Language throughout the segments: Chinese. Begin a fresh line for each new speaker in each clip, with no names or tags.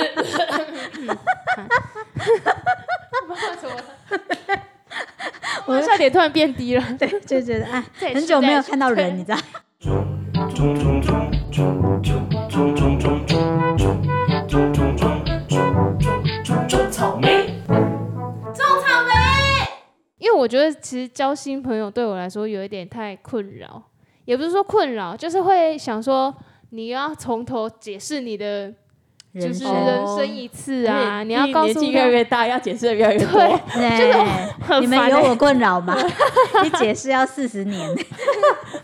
我的笑点突然变低了。
对，就觉得 哎，
这也是
很久没有
在
看到人，
对
你知道？
因为我觉得其实交新朋友对我来说有一点太困扰，也不是说困扰，就是会想说你要从头解释你的 就
人
是
生
人生一次啊，
因为
你要告诉
年
他
纪越来越大，要解释的越来越
对
多。
是
对，
很
你们
烦
有
欸
我困扰 吗？你解释要四十年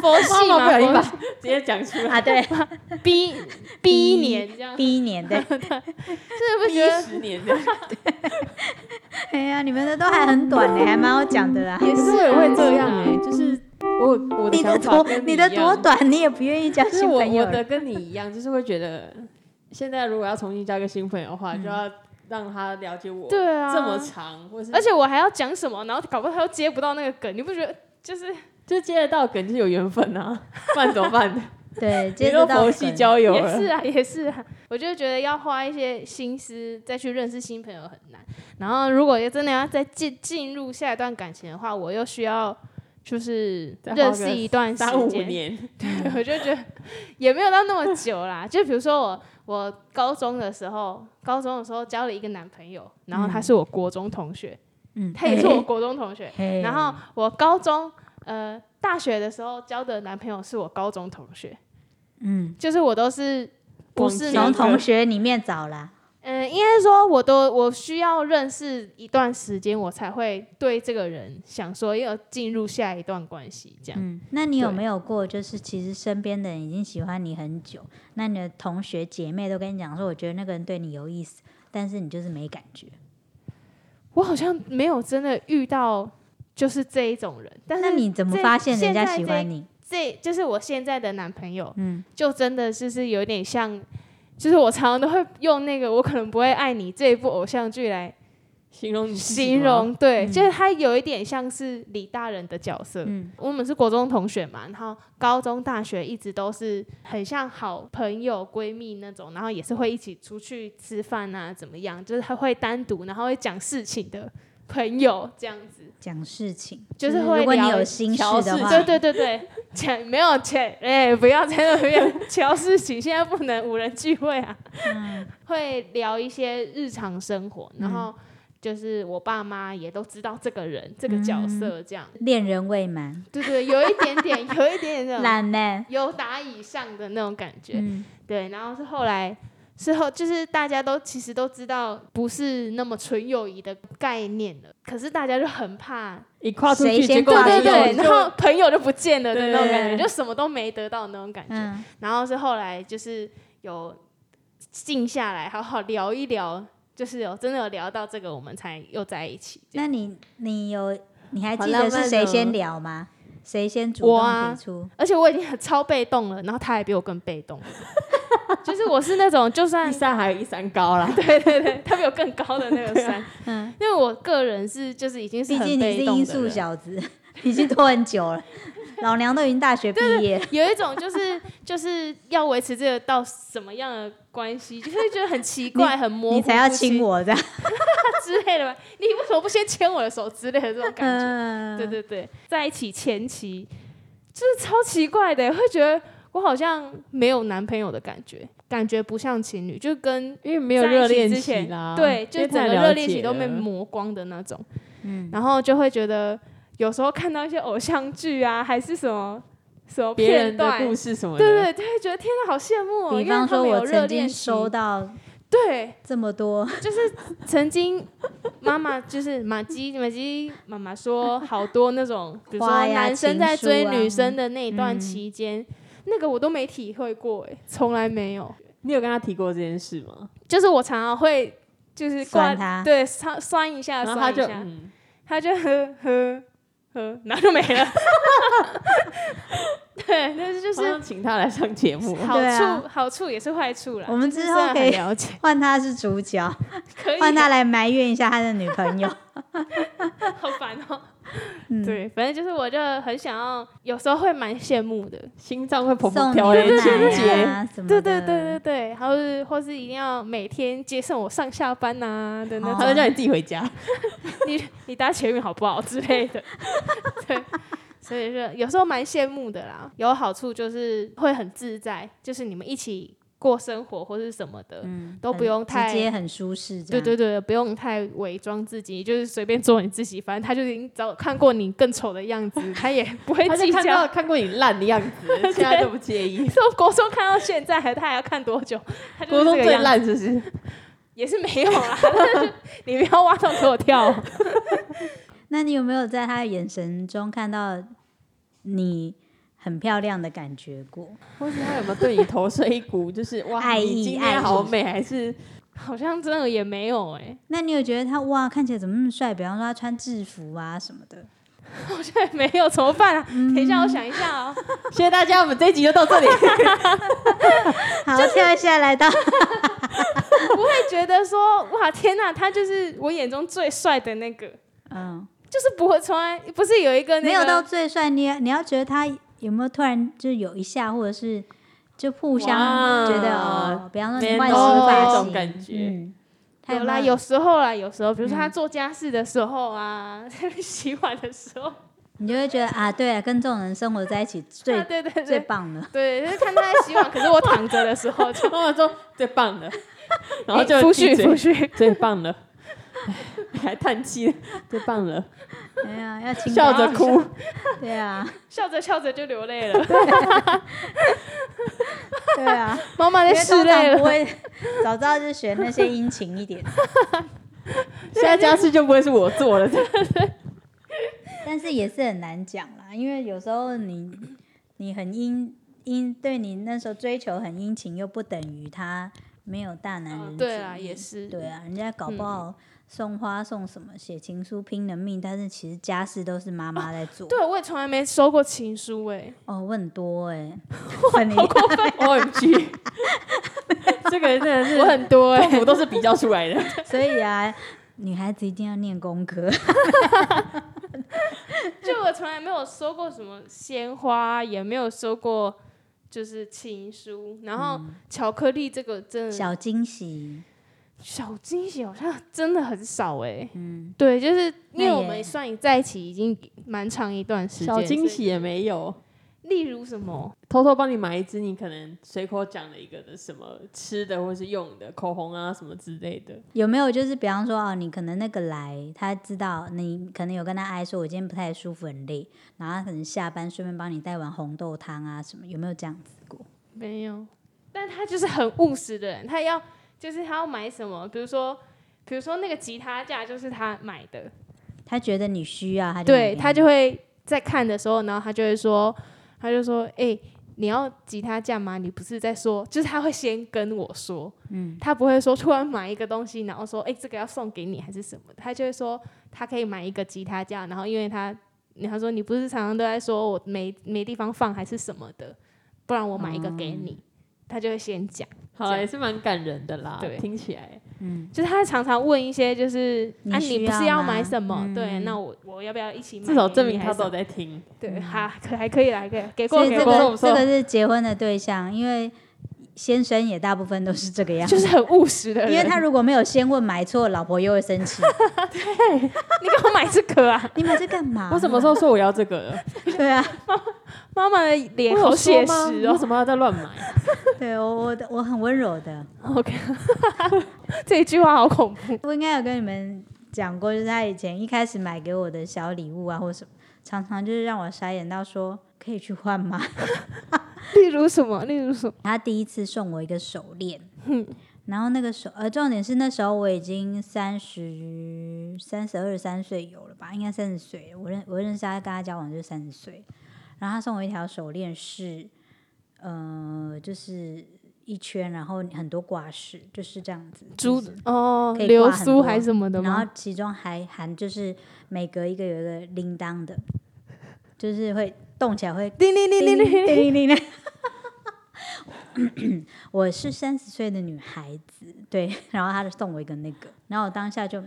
佛系
妈妈不小心把
嘛，
直接讲出来，
啊？对，
佛逼逼年这样，
第一年 对。
是不是
第
觉得
十年这样，
哎呀，你们的都还很短欸
嗯
呢，还蛮好讲的啦。 啊
也是我也会这样哎、就是我我的
你的
想法
多
跟，
你
一
的
样
多短，你也不愿意交
就是
新
我
朋友
我
了。
的跟你一样，就是会觉得现在如果要重新交一个新朋友的话，就要让他了解我
对啊，
这么长，或是
而且我还要讲什么，然后搞不好他又接不到那个梗，你不觉得就是
就接得到梗就是有缘分啊，不然怎么办？
对，
你
接
都
着到
佛系交友
也
了，
是啊，也是啊，我就觉得要花一些心思再去认识新朋友很难。然后如果真的要再进进入下一段感情的话，我又需要就是
再花个
认识一段时
三五
间，
年，
对，我就觉得也没有到那么久啦。就比如说我，我高中的时候，高中的时候交了一个男朋友，然后
嗯
他是我国中同学，
嗯，
他也是我国中同学。
嘿。
然后我高中呃大学的时候交的男朋友是我高中同学，
嗯，
就是我都是不
往
是
前
那
从
种
一
同
个
学里面找啦。
嗯，应该说我都我需要认识一段时间，我才会对这个人想说要进入下一段关系这样。
嗯，那你有
对
没有过，就是其实身边的人已经喜欢你很久，那你的同学姐妹都跟你讲说，我觉得那个人对你有意思，但是你就是没感觉。
我好像没有真的遇到就是这一种人，但
那
是
你怎么
这
发现人
现
家
在
喜
这
欢你？
这就是我现在的男朋友，
嗯
就真的就是有点像，就是我常常都会用那个“我可能不会爱你”这一部偶像剧来
嗯
形容你自己
形
吗
容，对，就是他有一点像是李大人的角色。
嗯
我们是国中同学嘛，然后高中、大学一直都是很像好朋友、闺蜜那种，然后也是会一起出去吃饭啊，怎么样，就是他会单独，然后会讲事情的朋友这样子。
讲事情，
就是
是
会
如果你
聊
有心事
调
的
试
话，
对对对对，钱没有钱，哎、不要在那边 瞧事情，现在不能五人聚会啊。
嗯
会聊一些日常生活，然后就是我爸妈也都知道这个人、这个
嗯
角色这样。
恋人未满，
对对，有一点点，有一点点那种
懒呢。
有达以上的那种感觉。
嗯
啊对，然后是后来是后，就是大家都其实都知道不是那么纯友谊的概念了，可是大家就很怕，
一跨出
谁
去，
先
结果
跨
只
出
有
去
对，
就
然后朋友就不见了的
对
那种感
对
觉，就什么都没得到的那种感觉。
嗯，
然后是后来就是有静下来，好好聊一聊。就是有真的有聊到这个，我们才又在一起。这样
那你你有你还
好
记
浪
得
漫
是谁
哦
先聊吗？谁先主
我
动
啊
提出？
而且我已经很超被动了，然后他还比我更被动。 就是我是那种就算
一山还有一山高 啦。
对对对，他比我更
啊
高的那个山，
嗯，
因为我个人是就是已经是
毕
很
竟你是
被动
音
的
速
人，
小子， 已经拖很久了，老娘都已经 大学毕业了。
有一种就是就是要维持这个到什么样的关系，就是觉得很奇怪、很模糊，
你才要亲我这样，
不清之类的吧？你为什么不先牵我的手之类的这种感觉？
嗯，
对对对，在一起前期就是超奇怪的，会觉得我好像没有男朋友的感觉，感觉不像情侣，就跟
因为没有热恋 期啦，
对，
因
就
为
整
太
个
了
热恋期
解
都被
了
磨光的那种。
嗯
然后就会觉得有时候看到一些偶像剧啊，还是什么什么
别
片
人的
段，
故事什么的，
对对，就会觉得天哪，好羡慕哦！
比
因为
方
他
说，
们有
我
热恋
曾经
期
收到
对，
这么多，
就是曾经妈妈就是马姬马姬妈妈说好多那种，比如说
花呀
男生在
情书
追
啊
女生的那一段
嗯
期间，那个我都没体会过，哎，从来没有。
你有跟他提过这件事吗？
就是我常常会就是挂
酸他
对，酸酸一下，
然
酸
后他
一
就
下
嗯
他就呵呵呵，然后就没了。 对，但是就
好
是
像请他来上节目，
好
哦对
处、
啊
好处也是坏处啦。
我们
就是
之后
虽然
可以
很了 解，
换他是主角，
可以啊
换他来埋怨一下他的女朋友。
好烦哦、
嗯，
对，反正就是我就很想要，有时候会蛮羡慕的。
心脏会砰砰
送
跳
牛
的情
奶
节，
啊什么
对
的，
对对对对，还是或是一定要每天接送我上下班呐、的那
哦
种
他会叫你自己回家。
你 你搭前面好不好之类的， 对，所以就有时候蛮羡慕的啦。有好处就是会很自在，就是你们一起过生活或是什么的，
嗯，
都不
很
用太
直接，很舒适这
对
样。
对对，不用太伪装自己，就是随便做你自己。反正他就已经早看过你更丑的样子，他也不会
他就
计
看
较
到。看过你烂的 样子，现在都不介意。
从 国中看到现在，还他还要看多久？他就是
国中
这个
最
样子
烂是不是？
也是没有啦，但是 你不要挖洞给我跳哦。
那你有没有在他的眼神中看到你很漂亮的感觉过？
或是他有没有对你投射一股就是哇，
爱意
你今天好美，还是
好像真的也没有哎、
那你有觉得他哇看起来怎么那么帅？比方说他穿制服啊什么的，
好像也没有，怎么办啊？
嗯
等一下，我想一下哦。
谢谢大家，我们这一集就到这里。
好，跳下来到
不会觉得说哇天呐，他就是我眼中最帅的那个，
嗯，
就是不会穿，不是有一个那个
没有到最帅，你你要觉得他有没有突然就有一下，或者是就互相
哇
觉得哦，比方说你
没
换
有
新
哦
发
那
型
种，感觉，
嗯，他
有
没
啦，有时候啦，有时候，比如说
嗯
他做家事的时候啊， 在那边洗碗的时候，
你就会觉得啊，对啊，跟这种人生活在一起
对 啊
最
对对
最
对
棒了。
对，就是看他在洗碗，可是我躺着的时候就，
然后说最棒 的，然后就
哎
有
出
记
去
嘴
出去，
最棒了，唉 还叹气，最棒 了，
哎呀，要亲
笑
他
着哭，
对啊，
笑着笑着就流泪了，
对啊，
妈妈在
因为
室
通常
内
不
了，
会，早知道就选那些殷勤一 点的。
现在家事就不会是我做了，
但是也是很难讲啦，因为有时候你你很殷殷，对你那时候追求很殷勤，又不等于他没有大男人主
哦
义、
对啦，也是，嗯
对啊，人家搞不好送花送什么，写情书拼了命，但是其实家事都是妈妈在做。
对，我也从来没收过情书哎、
哦，问多哎、 欸，很厉害
O M G，这个真的
我
是
很多哎、
痛苦都是比较出来 的，
所以啊，女孩子一定要念功课。
就我从来没有收过什么鲜花，也没有收过就是情书，然后巧克力这个真的
嗯小惊喜，
小惊喜好像真的很少哎、
嗯，
对，就是因为
那
我
也
们算在一起已经蛮长一段时间，
小惊
所以，
喜也没有。
例如什么
偷偷帮你买一支你可能随口讲了一个的什么吃的或是用的口红啊什么之类的，
有没有就是比方说哦，你可能那个来，他知道你可能有跟他哀说，我今天不太舒服，很累，然后他可能下班顺便帮你带碗红豆汤啊什么，有没有这样子过？
没有，但他就是很务实的人，他要就是他要买什么，比如说。比如说那个吉他架就是他买的，
他觉得你需要，他就买给
对
你
他就会在看的时候，然后他就会说，他就说，哎、你要吉他架吗？你不是在说，就是他会先跟我说，嗯，他不会说突然买一个东西，然后说，哎、这个要送给你还是什么的，他就会说他可以买一个吉他架，然后因为他，他说你不是常常都在说我没没地方放还是什么的，不然我买一个给你，他就会先讲，
好
这
啦
样
也是蛮感人的啦。
对
听起来
就是他常常问一些就是
你
啊
需
你不是要
要吗
买什么？
嗯
对，那我我要不要一起买给你还是什么？
至少证明他都有在听，
对，还可还可以啦，还可以给过
所以
给
这
过，
够
个
不
这
错
个是结婚的对象，因为先生也大部分都是这个样
就
子。
是很务实的人。
因为他如果没有先问买错，老婆又会生气。
你给我买这个啊，
你买这干嘛？
我什么时候说我要这个了？
对啊，
妈妈的
我
脸
有
好
说
写
吗？
实
为
哦。
什么要再乱 买？
对我我的我很温柔的。
OK，这一 句话好恐怖。
我应该有跟你们讲过，就是他以前一开始买给我的小礼物啊，或什么，常常就是让我傻眼到说可以去换吗？
例如什么？例如什么？
他第一次送我一个手链，然后那个手，呃，重点是那时候我已经三十三十二三岁有了吧，应该三十岁。我认我认识他，跟他交往就是三十岁。然后他送我一条手链是，呃，就是一圈，然后很多挂饰，就是这样子。
猪哦，
可以
流
挂很多
苏还是什么的
然后
吗？
其中还含就是每隔一个有一个铃铛的，就是会动起来会
叮叮叮
叮
叮
铃
叮，
叮 铃铃。我是三十岁的女孩子，对，然后他就送我一个那个，然后我当下就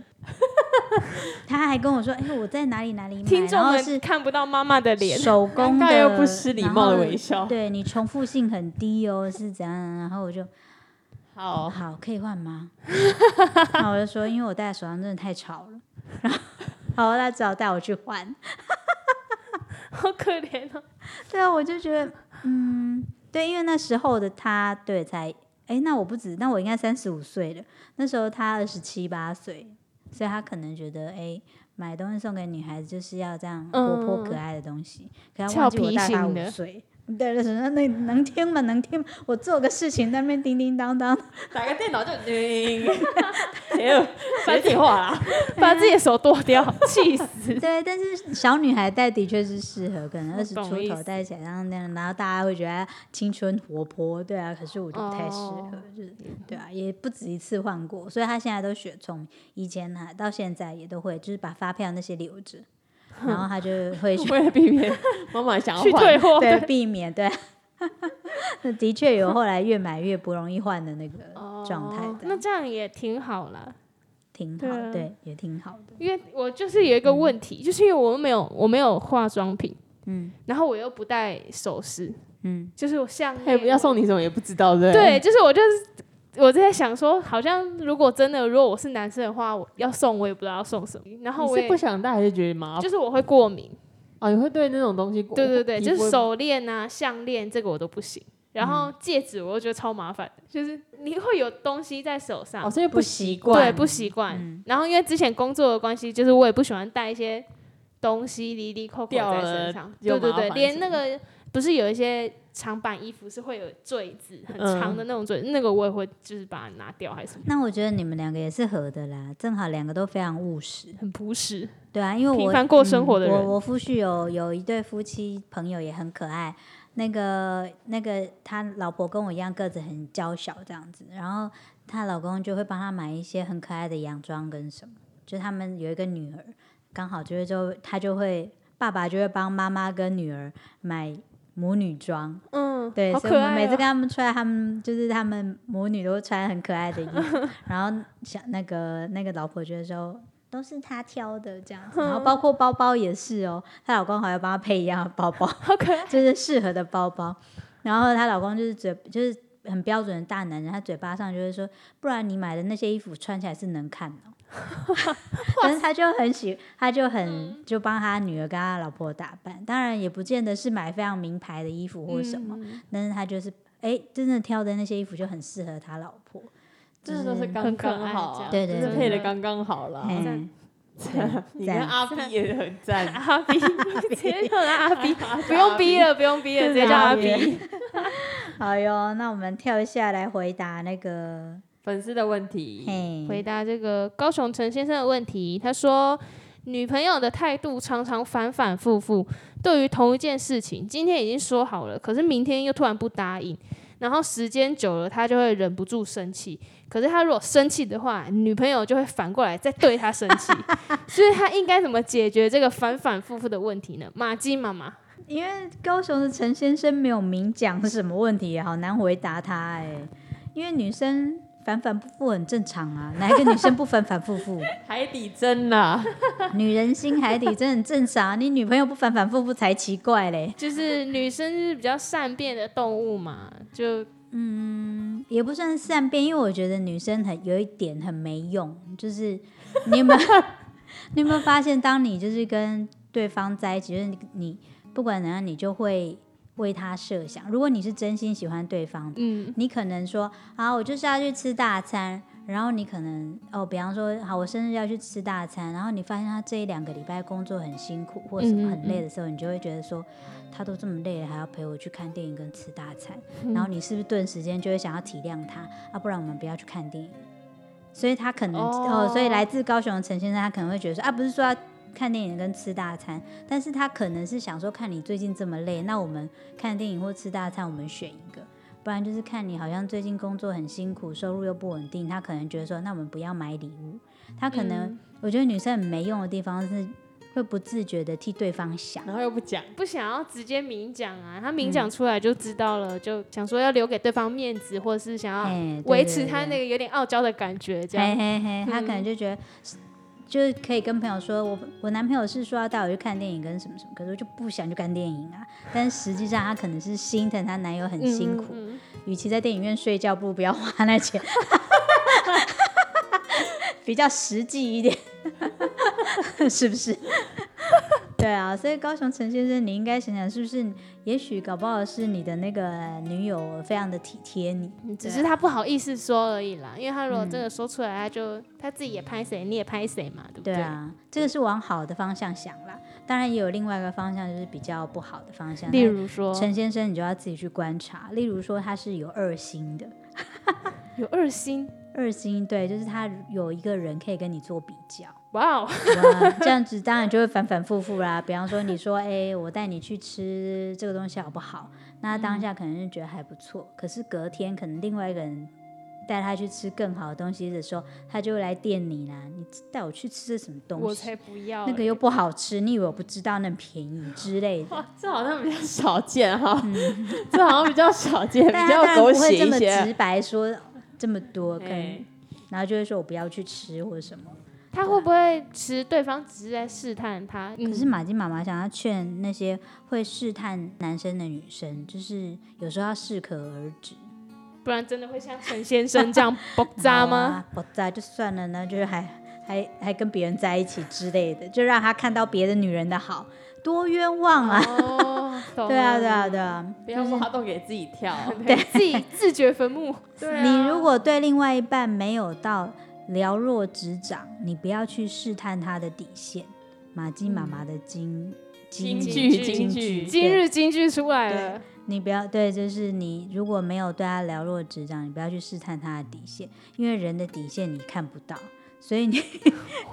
他还跟我说，哎、我在哪里哪里买，
听众
然后
们
是
看不到妈妈的脸，
手工
尴
的，
尬又不失礼貌的微
笑。
笑。
对你重复性很低哦，是怎样？然后我就
好，
哦好，可以换吗？ 然后我就说，因为我戴在手上真的太吵了，然后好，他只好带我去换。
好可怜哦。
对啊，我就觉得，嗯，对，因为那时候的他，对，才，哎，那我不止，那我应该三十五岁了，那时候他二十七八岁，所以他可能觉得，哎，买东西送给女孩子就是要这样活泼可爱的东西，可他忘记我大
嗯俏
他
皮型
五
的
岁。对，就是那那能听吗？能听吗？我做个事情，在那边叮叮当当，
打开电脑就 叮，谁 有反电话啦？
把自己的手剁掉，气死！
对，但是小女孩戴的确是适合，可能
我
二十
懂
出
意
头
思
戴起来，然后那样，然后大家会觉得她青春活泼，对啊。可是我就不太适
哦
合，就是对啊，也不止一次换过，所以她现在都学聪明。以前呢、到现在也都会，就是把发票那些 留着，然后她就会去
为了避免 妈妈想要
去退
换，
货，
对避免对。那 的确有后来越买越不容易换的那个状态
哦那
的，
这样也挺好啦。
挺
对
好，
啊
对，也挺好的。
因为我就是有一个问题，就是因为我没有我没有化妆品，
嗯
然后我又不戴首饰，
嗯，
就是我项
还
链
有要送你什么也不知道，对不
对，就是我就是我在想说，好像如果真的如果我是男生的话，我要送我也不知道要送什么，然后
你
我也
是不想戴还是觉得麻烦？
就是我会过敏，
哦，你会对那种东西过？
对对对，
你
就是
不会
手链啊、项链这个我都不行，然后
嗯
戒指我又觉得超麻烦，就是你会有东西在手上
哦，，所以不习惯，嗯
对，不习惯。然后因为之前工作的关系，就是我也不喜欢带一些东西离离扣扣
掉
在
了
身上，
又
对对
麻
对，
烦
连
什
那
么
个不是有一些长版衣服是会有坠子，很
嗯
长的那种坠子，那个我也会就是把它拿掉还是什么，
那我觉得你们两个也是合的啦，正好两个都非常务实。
很朴实。
对啊，因为
平
我
凡过生活的人
我我夫婿有有一对夫妻朋友也很可爱，那个那个他老婆跟我一样个子很娇小这样子，然后她老公就会帮她买一些很可爱的洋装跟什么，就他们有一个女儿，刚好就是就他就会爸爸就会帮妈妈跟女儿买。母女装，
嗯，
对，
好
所以
可
我们
爱、
每次跟他们出来，他们就是他们母女都会穿很可爱的 衣服，然后想那个那个老婆觉得说都是他挑的 这样子，然后包括包包也是哦，她老公好像帮她配一样的包 包，
好可
嗯
爱。
就是适合的包包，然后她老公就是嘴就是很标准的大男人，他嘴巴上就会说，不然你买的那些衣服穿起来是能看的哦、 但是他就很喜，他就很
嗯
就帮他女儿跟他老婆打扮，当然也不见得是买非常名牌的衣服或什 么，
嗯
但是他就是哎，真的挑的那些衣服就很适合他老婆。
真的都是刚
很可爱
刚好
这样
啊，
对对
就是
对
配的
对
刚刚好啦。
嘿
赞
你跟阿 B 也很赞，
阿 B，直接叫他啊阿 B，不用逼
了，
了，不用逼了，直
啊
对
接叫阿
阿
B。
好哟，那我们跳一下来回答那个，
粉丝的问题，
嘿，
回答这个高雄陈先生的问题，他说。女朋友的态度常常反反复复，对于同一件事情，今天已经说好了，可是明天又突然不答应，然后时间久了，他就会忍不住生气。可是他如果生气的话，女朋友就会反过来再对他生气， 所以他应该怎么解决这个反反复复的问题呢？马姬妈妈，
因为高雄的陈先生没有明讲是什么问题，啊好难回答他哎、因为女生反反复复很正常啊，哪一个女生不反反复复？
海底针啦，
女人心海底针很正常啊，你女朋友不反反复复才奇怪嘞。
就是女生是比较善变的动物嘛，就
也不算善变，因为我觉得女生很有一点很没用，就是你有没有 你有没有发现，当你就是跟对方在一起，就是你你不管怎样，你就会为他设想。如果你是真心喜欢对方的
嗯，
你可能说啊，我就是要去吃大餐，然后你可能哦，比方说好，我生日要去吃大餐，然后你发现他这一两个礼拜工作很辛苦或什
嗯嗯
么很累的时候，你就会觉得说他都这么累了，还要陪我去看电影跟吃大餐，
嗯
然后你是不是顿时间就会想要体谅他啊？不然我们不要去看电影。所以他可能
哦
哦所以来自高雄的陈先生，他可能会觉得说啊，不是说要看电影跟吃大餐，但是他可能是想说，看你最近这么累，那我们看电影或吃大餐，我们选一个。不然就是看你好像最近工作很辛苦，收入又不稳定，他可能觉得说，那我们不要买礼物。他可能、
嗯
我觉得女生很没用的地方是会不自觉的替对方想，
然后又不讲，
不想要直接明讲啊，他明
嗯
讲出来就知道了，就想说要留给对方面子，或者是想要
哎，对
啊维持
对
他那嗯
对
个有点傲娇的感觉，这
嘿
样。
嘿嘿，他可能就觉得。就是可以跟朋友说，我我男朋友是说要带我去看电影跟什么什么，可是我就不想去看电影啊。但是实际上她可能是心疼她男友很辛苦，
嗯嗯
与其在电影院睡觉，不如不要花那钱， 比较实际一点， 是不是？对啊，所以高雄陈先生，你应该想想是不是？也许搞不好是你的那个女友非常的体贴你，
嗯只
对啊嗯
是他不好意思说而已啦，因为他如果真的说出来，他就他自己也拍谁，你也拍谁嘛，对不
对啊，这个是往好的方向想啦。当然也有另外一个方向，就是比较不好的方向。
例如说
那陈先生，你就要自己去观察。例如说他是有二心的，
有二心，
二心对，就是他有一个人可以跟你做比较。
哇哦，
哇，这样子当然就会反反复复啦。比方说，你说，哎、我带你去吃这个东西好不好？那
嗯
当下可能是觉得还不错，可是隔天可能另外一个人带他去吃更好的东西的时候，他就会来电你啦。你带我去吃这什么东
我
西？
才不要欸
那个
欸
嘞
又不好吃，你以为我不知道那么便宜之类的？
哇，这好像比较少见哈， 这好像比较 少见，
但 嗯
比
他当
较
然
狗
不会
血
这
一
么
些。啊
直白说这么多，可能
哎，
然后就会说我不要去吃或者什么。
他会不会其实对方只是在试探他？
可
嗯
是马金妈妈想要劝那些会试探男生的女生，就是有时候要适可而止。
不然真的会像陈先生这样 爆炸 吗？？
啊不渣就算了呢，就是还还还跟别人在一起之类的，就让他看到别的女人的好，多冤枉啊！
哦，懂
对啊，
了
对啊，对，啊。
不要挖洞给自己 跳。
对，自 己自掘坟墓。
对啊
你如果对另外一半没有到了若指掌，你不要去试探他的底线。马金妈妈的金
金
句
句
金
句
句
今日金句出来了，
你不要对，就是你如果没有对他了若指掌，你不要去试探他的底线，因为人的底线你看不到，所以你、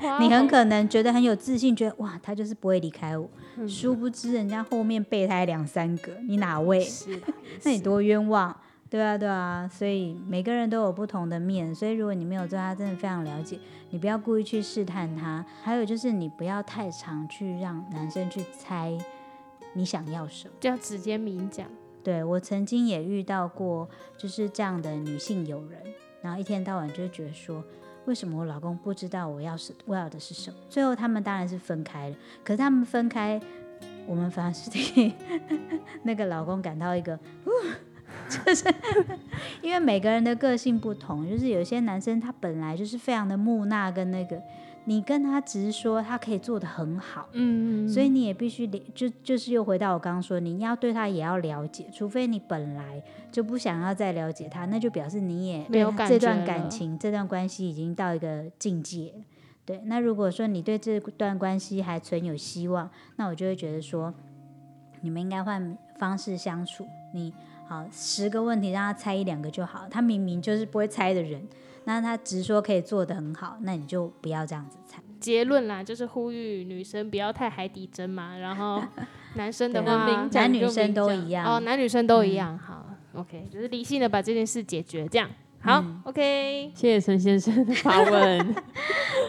哇哦
你很可能觉得很有自信，觉得哇他就是不会离开我，
嗯
殊不知人家后面备胎两三个，你哪位？
是的
那你多冤枉！对啊，对啊，所以每个人都有不同的面，所以如果你没有对他真的非常了解，你不要故意去试探他。还有就是你不要太常去让男生去猜你想要什么。
就要直接明讲，
对我曾经也遇到过，就是这样的女性友人，然后一天到晚就会觉得说，为什么我老公不知道我要是我要的是什么？最后他们当然是分开了，可是他们分开，我们反而是替 那个老公感到一个， 就是 因为每个人的个性不同，就是有些男生他本来就是非常的木讷跟那个，你跟他直说，他可以做得很好。
嗯
所以你也必须了就就是又回到我刚刚说，你要对他也要了解，除非你本来就不想要再了解他，那就表示你也
没有
对他
感
这
觉
段
了
感情、这段关系已经到一个境界了。对，那如果说你对这段关系还存有希望，那我就会觉得说，你们应该换方式相处。你好，十个问题让他猜一两个就好，他明明就是不会猜的人，那他直说可以做得很好，那你就不要这样子猜。
结论啦，就是呼吁女生不要太海底针嘛，然 后男生的
对啊
话，
明讲
男
就
女生
明
都
讲
一样嗯
哦，男女生都一样，好，OK，就是理性的把这件事解决，这样好、o
嗯
k
谢谢陈先生的 发问，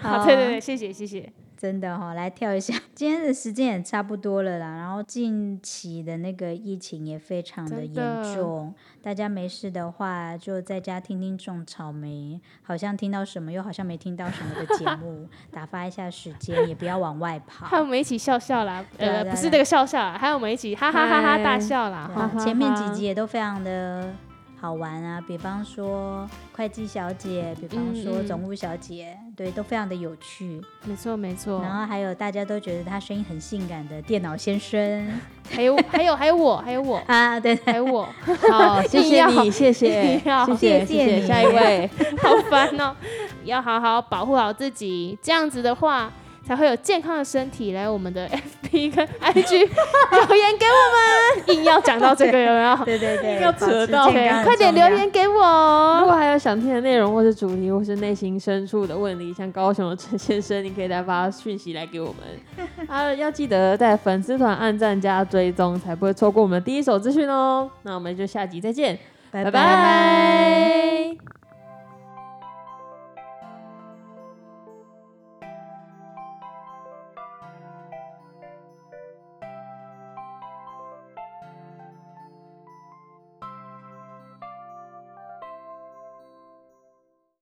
好， 对对对，谢谢谢谢，
真的哈、哦，来跳一下。 今天的时间也差不多了啦，然后近期的那个疫情也非常的
真的
严重，大家没事的话就在家听听种草莓，好像听到什么又好像没听到什么的节 目，打发一下时间，也不要往外跑。
还有我们一起笑笑啦，
对啊
呃，
对啊
不
对
是
啊
这个笑笑啦，还有我们一起哈哈哈哈
嗨
大笑啦，
对
哈
啊
哈
前面
哈
几集也都非常的好玩啊，比方说会计小姐，比方
嗯
说
嗯
总务小姐，对，都非常的有趣。
没错没错，
然后还有大家都觉得他声音很性感的电脑先生
还有还有还有我，还有我，
啊，对
还有 我，
好，谢
硬
谢
要
你，谢 谢，
硬要
谢
谢谢
谢，谢谢，
你
下一 位，
好烦哦！要好好保护好自己，这样子的话才会有健康的身体。来我们的 FB 跟 IG 留言给我们，硬要讲到这个有没有？
对对对，
要
保
扯
持
到
健
对
康，很
快点
重要
留。言给我哦
如。果还有想听的内容，或是主题，或是内心深处的问题，像高雄的陈先生，你可以来发讯息来给我们。 啊，要记得在粉丝团按赞加追踪，才不会错过我们的第一手资讯哦。那我们就下集再见，
拜
拜拜